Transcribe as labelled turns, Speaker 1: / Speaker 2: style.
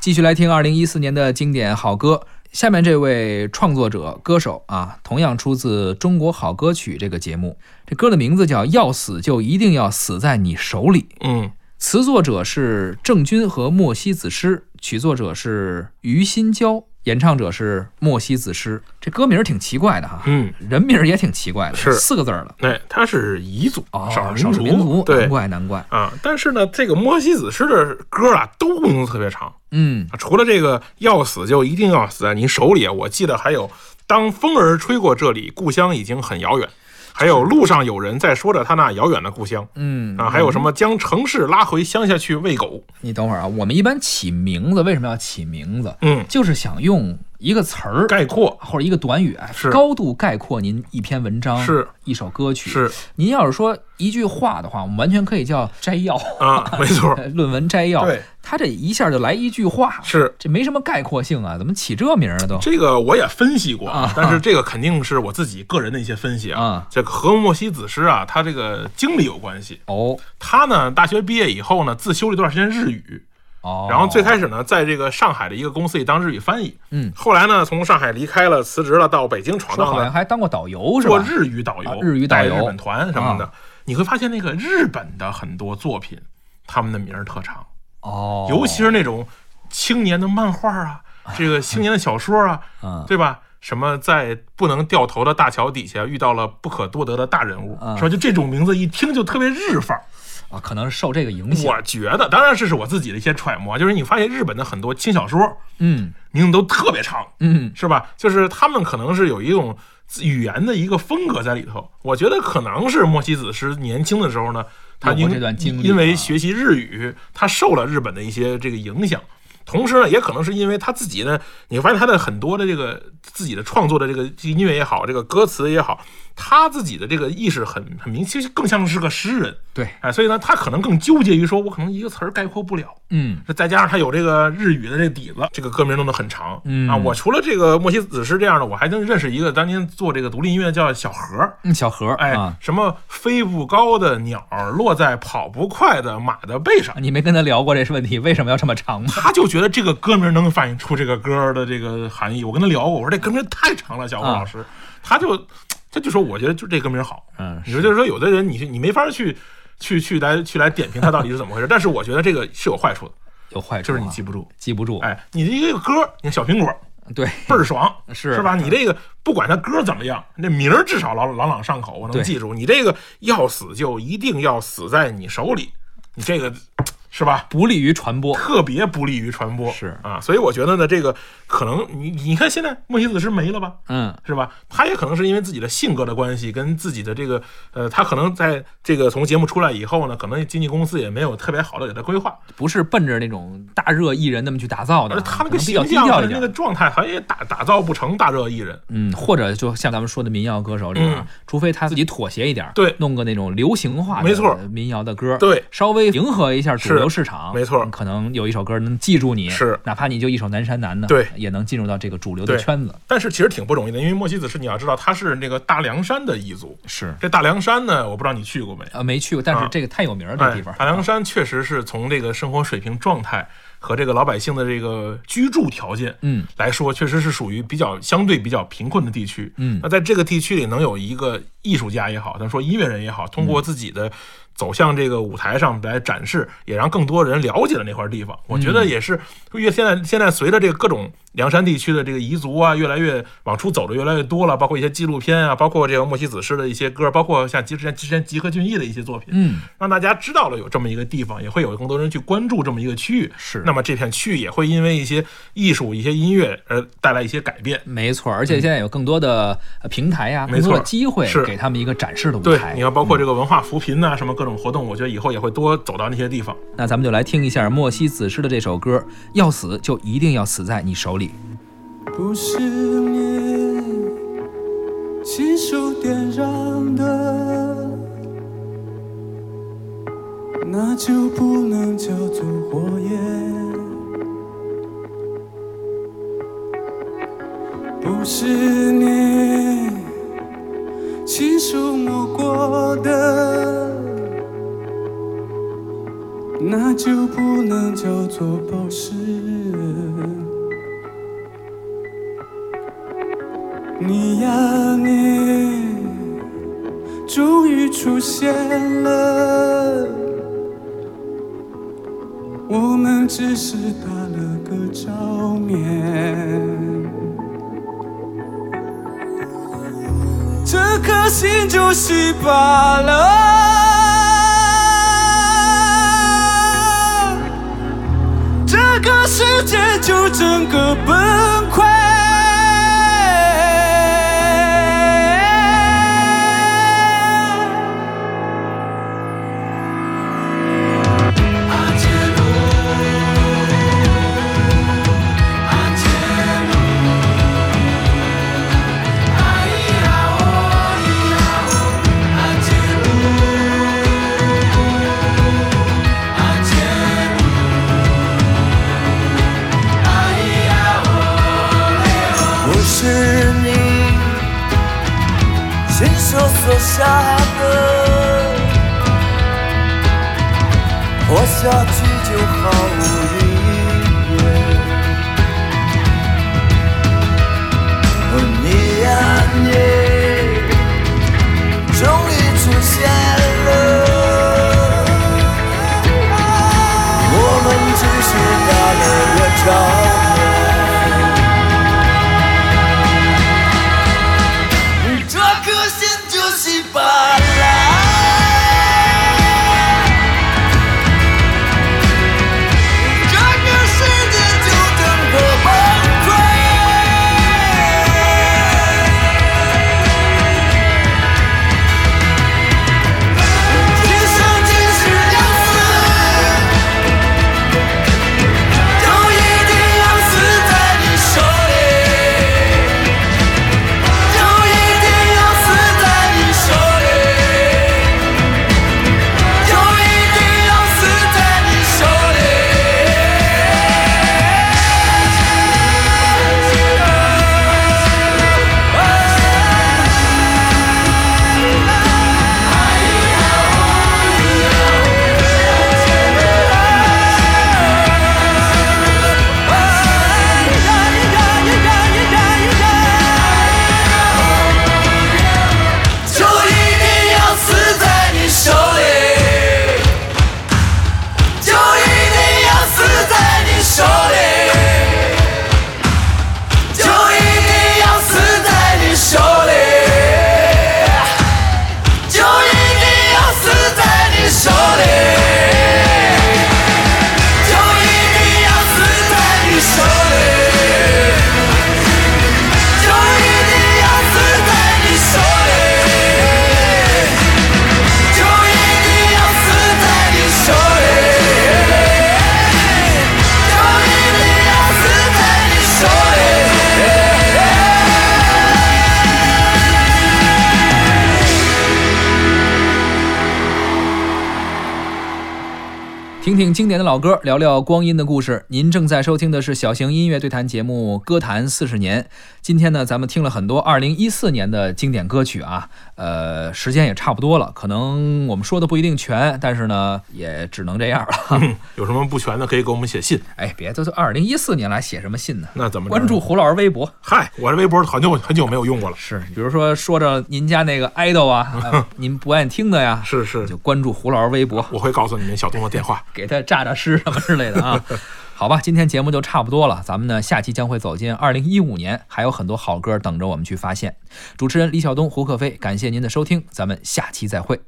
Speaker 1: 继续来听二零一四年的经典好歌。下面这位创作者、歌手啊，同样出自《中国好歌曲》这个节目。这歌的名字叫《要死就一定要死在你手里》，
Speaker 2: 嗯
Speaker 1: 词作者是郑钧和莫西子诗，曲作者是于心娇，演唱者是莫西子诗。这歌名儿挺奇怪的哈，
Speaker 2: 嗯，
Speaker 1: 人名儿也挺奇怪的，
Speaker 2: 是
Speaker 1: 四个字儿了。
Speaker 2: 哎，他是彝族，
Speaker 1: 哦，
Speaker 2: 少
Speaker 1: 少
Speaker 2: 数
Speaker 1: 数民族，
Speaker 2: 对
Speaker 1: 难怪难怪。
Speaker 2: 啊。但是呢，这个摩西子诗的歌啊，都不能特别长
Speaker 1: 嗯，
Speaker 2: 啊。除了这个要死就一定要死在你手里，啊我记得还有当风儿吹过这里，故乡已经很遥远。还有路上有人在说着他那遥远的故乡
Speaker 1: 嗯
Speaker 2: 啊，还有什么将城市拉回乡下去喂狗，
Speaker 1: 你等会儿啊，我们一般起名字为什么要起名字？
Speaker 2: 嗯，
Speaker 1: 就是想用一个词儿
Speaker 2: 概括
Speaker 1: 或者一个短语，哎
Speaker 2: 是
Speaker 1: 高度概括您一篇文章，
Speaker 2: 是
Speaker 1: 一首歌曲。
Speaker 2: 是
Speaker 1: 您要是说一句话的话，我们完全可以叫摘 要，
Speaker 2: 啊，没错，
Speaker 1: 论文摘要。
Speaker 2: 对，
Speaker 1: 他这一下就来一句话，
Speaker 2: 是
Speaker 1: 这没什么概括性啊，怎么起这名儿啊都？
Speaker 2: 这个我也分析过，
Speaker 1: 啊
Speaker 2: 但是这个肯定是我自己个人的一些分析啊。
Speaker 1: 啊
Speaker 2: 这个和莫西子诗啊，他这个经历有关系。
Speaker 1: 哦
Speaker 2: 他呢，大学毕业以后呢，自修了一段时间日语，
Speaker 1: 哦，
Speaker 2: 然后最开始呢，在这个上海的一个公司里当日语翻译。
Speaker 1: 嗯，
Speaker 2: 后来呢，从上海离开了，辞职了，到北京闯
Speaker 1: 说
Speaker 2: 荡
Speaker 1: 好像
Speaker 2: 了，
Speaker 1: 还当过导游是
Speaker 2: 做
Speaker 1: 吧？
Speaker 2: 日语导游，
Speaker 1: 啊日语导游啊
Speaker 2: 带日本团什么的。你会发现，那个日本的很多作品，他们的名儿特长。
Speaker 1: 哦，
Speaker 2: 尤其是那种青年的漫画 啊，这个青年的小说啊，
Speaker 1: 嗯
Speaker 2: 对吧？什么在不能掉头的大桥底下遇到了不可多得的大人物，
Speaker 1: 嗯
Speaker 2: 是吧？就这种名字一听就特别日范儿。
Speaker 1: 啊，可能是受这个影响。
Speaker 2: 我觉得，当然这是我自己的一些揣摩，就是你发现日本的很多轻小说
Speaker 1: 嗯
Speaker 2: 名字都特别长，
Speaker 1: 嗯，
Speaker 2: 是吧？就是他们可能是有一种语言的一个风格在里头。我觉得可能是莫西子诗年轻的时候呢，他
Speaker 1: 有过
Speaker 2: 因
Speaker 1: 这段经历
Speaker 2: 因为
Speaker 1: 啊
Speaker 2: 学习日语，他受了日本的一些这个影响。同时呢，也可能是因为他自己呢，你发现他的很多的这个自己的创作的这个音乐也好，这个歌词也好，他自己的这个意识很很明，其实更像是个诗人，
Speaker 1: 对，
Speaker 2: 哎，所以呢，他可能更纠结于说，我可能一个词儿概括不了，
Speaker 1: 嗯。
Speaker 2: 这再加上他有这个日语的这底子，这个歌名弄得很长。
Speaker 1: 嗯
Speaker 2: 啊，我除了这个莫西子诗这样的，我还能认识一个当年做这个独立音乐叫小何儿。
Speaker 1: 嗯，小何，
Speaker 2: 哎，
Speaker 1: 啊，
Speaker 2: 什么飞不高的鸟儿落在跑不快的马的背上，
Speaker 1: 你没跟他聊过这是问题，为什么要这么长吗？
Speaker 2: 他就觉得这个歌名能反映出这个歌儿的这个含义。我跟他聊过，我说这歌名太长了，小何
Speaker 1: 啊
Speaker 2: 老师，他就他就说我觉得就这歌名好。
Speaker 1: 嗯，
Speaker 2: 你说就是说，有的人你是你没法去去去来去来点评他到底是怎么回事，但是我觉得这个是有坏处的，
Speaker 1: 有坏处
Speaker 2: 就
Speaker 1: 啊、
Speaker 2: 是你记不住。
Speaker 1: 记不住，
Speaker 2: 哎，你这个歌，你看小苹果
Speaker 1: 对，
Speaker 2: 倍儿爽，
Speaker 1: 嗯是
Speaker 2: 是吧？你这个不管它歌怎么样，那名儿至少朗朗朗上口，我
Speaker 1: 对
Speaker 2: 能记住。你这个要死就一定要死在你手里，你这个是吧？
Speaker 1: 不利于传播。
Speaker 2: 特别不利于传播，
Speaker 1: 是
Speaker 2: 啊，所以我觉得呢，这个可能你你看现在莫西子诗没了吧，
Speaker 1: 嗯，
Speaker 2: 是吧？他也可能是因为自己的性格的关系，跟自己的这个呃，他可能在这个从节目出来以后呢，可能经纪公司也没有特别好的给他规划，
Speaker 1: 不是奔着那种大热艺人那么去打造的
Speaker 2: 而
Speaker 1: 啊，
Speaker 2: 他那
Speaker 1: 可
Speaker 2: 个
Speaker 1: 能比较
Speaker 2: 形
Speaker 1: 低
Speaker 2: 象
Speaker 1: 调
Speaker 2: 和
Speaker 1: 一
Speaker 2: 那
Speaker 1: 点
Speaker 2: 个。状态，好像也打打造不成大热艺人。
Speaker 1: 嗯，或者就像咱们说的民谣歌手里边啊，除非他自己妥协一点，
Speaker 2: 嗯对
Speaker 1: 弄个那种流行化的
Speaker 2: 没错
Speaker 1: 民谣的歌，
Speaker 2: 对，
Speaker 1: 稍微迎合一下主
Speaker 2: 是
Speaker 1: 流市场，
Speaker 2: 没错
Speaker 1: 可能有一首歌能记住你，
Speaker 2: 是
Speaker 1: 哪怕你就一首《南山南》呢，
Speaker 2: 对
Speaker 1: 也能进入到这个主流的
Speaker 2: 对
Speaker 1: 圈子，
Speaker 2: 但是其实挺不容易的，因为莫西子是你要知道他是那个大凉山的彝族。
Speaker 1: 是，
Speaker 2: 这大凉山呢，我不知道你去过没？
Speaker 1: 呃，没去过，但是
Speaker 2: 啊
Speaker 1: 这个太有名儿，这
Speaker 2: 哎
Speaker 1: 地方，，
Speaker 2: 大凉山确实是从这个生活水平状态和这个老百姓的这个居住条件，
Speaker 1: 嗯，
Speaker 2: 来说，确实是属于比较相对比较贫困的地区。
Speaker 1: 嗯
Speaker 2: 那在这个地区里，能有一个艺术家也好，咱说音乐人也好，通过
Speaker 1: 嗯
Speaker 2: 自己的走向这个舞台上来展示，也让更多人了解了那块地方。我
Speaker 1: 嗯
Speaker 2: 觉得也是，越现在现在随着这个各种凉山地区的这个彝族啊，越来越往出走的越来越多了，包括一些纪录片啊，包括这个莫西子诗的一些歌，包括像之前之前吉克隽逸的一些作品，
Speaker 1: 嗯，
Speaker 2: 让大家知道了有这么一个地方，也会有更多人去关注这么一个区域。
Speaker 1: 是
Speaker 2: 那么这片区域也会因为一些艺术、一些音乐而带来一些改变。
Speaker 1: 没错，而且现在有更多的呃平台呀、
Speaker 2: 没
Speaker 1: 更
Speaker 2: 错
Speaker 1: 多的机会
Speaker 2: 是
Speaker 1: 给他们一个展示的舞
Speaker 2: 对，
Speaker 1: 台啊
Speaker 2: 你。看，包括这个文化扶贫呐、什么各种活动，我觉得以后也会多走到那些地方。
Speaker 1: 那咱们就来听一下莫西子诗的这首歌，《要死就一定要死在你手里》。
Speaker 3: 不是你亲手点燃的，那就不能叫做火焰。不是你亲手摸过的，那就不能叫做宝石。你呀你，终于出现了。我们只是打了个照面，这颗心就稀罢了。这个世界就整个崩溃。
Speaker 4: 我是你亲手所杀的，活下去就毫无意义。哦，你呀、你，终于出现了，我们只是打了个照面。这颗心就是巴拉，这个世界就整个崩溃。今生今世要死，都一定要死在你手里。就一定要死在你手里，就一定要死在你手里。就一定要死在你手里，就一定要死在你手里，就一定要死在你手里，就一定要死在你手里，就一定要死在你手里。就一定要死在你手里，就一定要死在你手里，就一定要死在你手里。
Speaker 1: 听听经典的老歌，聊聊光阴的故事。您正在收听的是小型音乐对谈节目《歌坛四十年》。今天呢，咱们听了很多二零一四年的经典歌曲啊，呃，时间也差不多了，可能我们说的不一定全，但是呢，也只能这样
Speaker 2: 啊
Speaker 1: 了。
Speaker 2: 有什么不全的可以给我们写信。
Speaker 1: 哎，别，这都二零一四年来写什么信呢？
Speaker 2: 那怎么着
Speaker 1: 关注？胡老师微博。
Speaker 2: 嗨，我这微博很久很久没有用过了。
Speaker 1: 是，比如说说着您家那个 idol 啊，呃您不爱听的呀，
Speaker 2: 是是
Speaker 1: 就，关注胡老师微博，
Speaker 2: 我会告诉你们小东的电话。
Speaker 1: 给他炸炸诗什么之类的啊。好吧，今天节目就差不多了，咱们呢下期将会走进二零一五年，还有很多好歌等着我们去发现。主持人李晓东、胡可飞，感谢您的收听，咱们下期再会。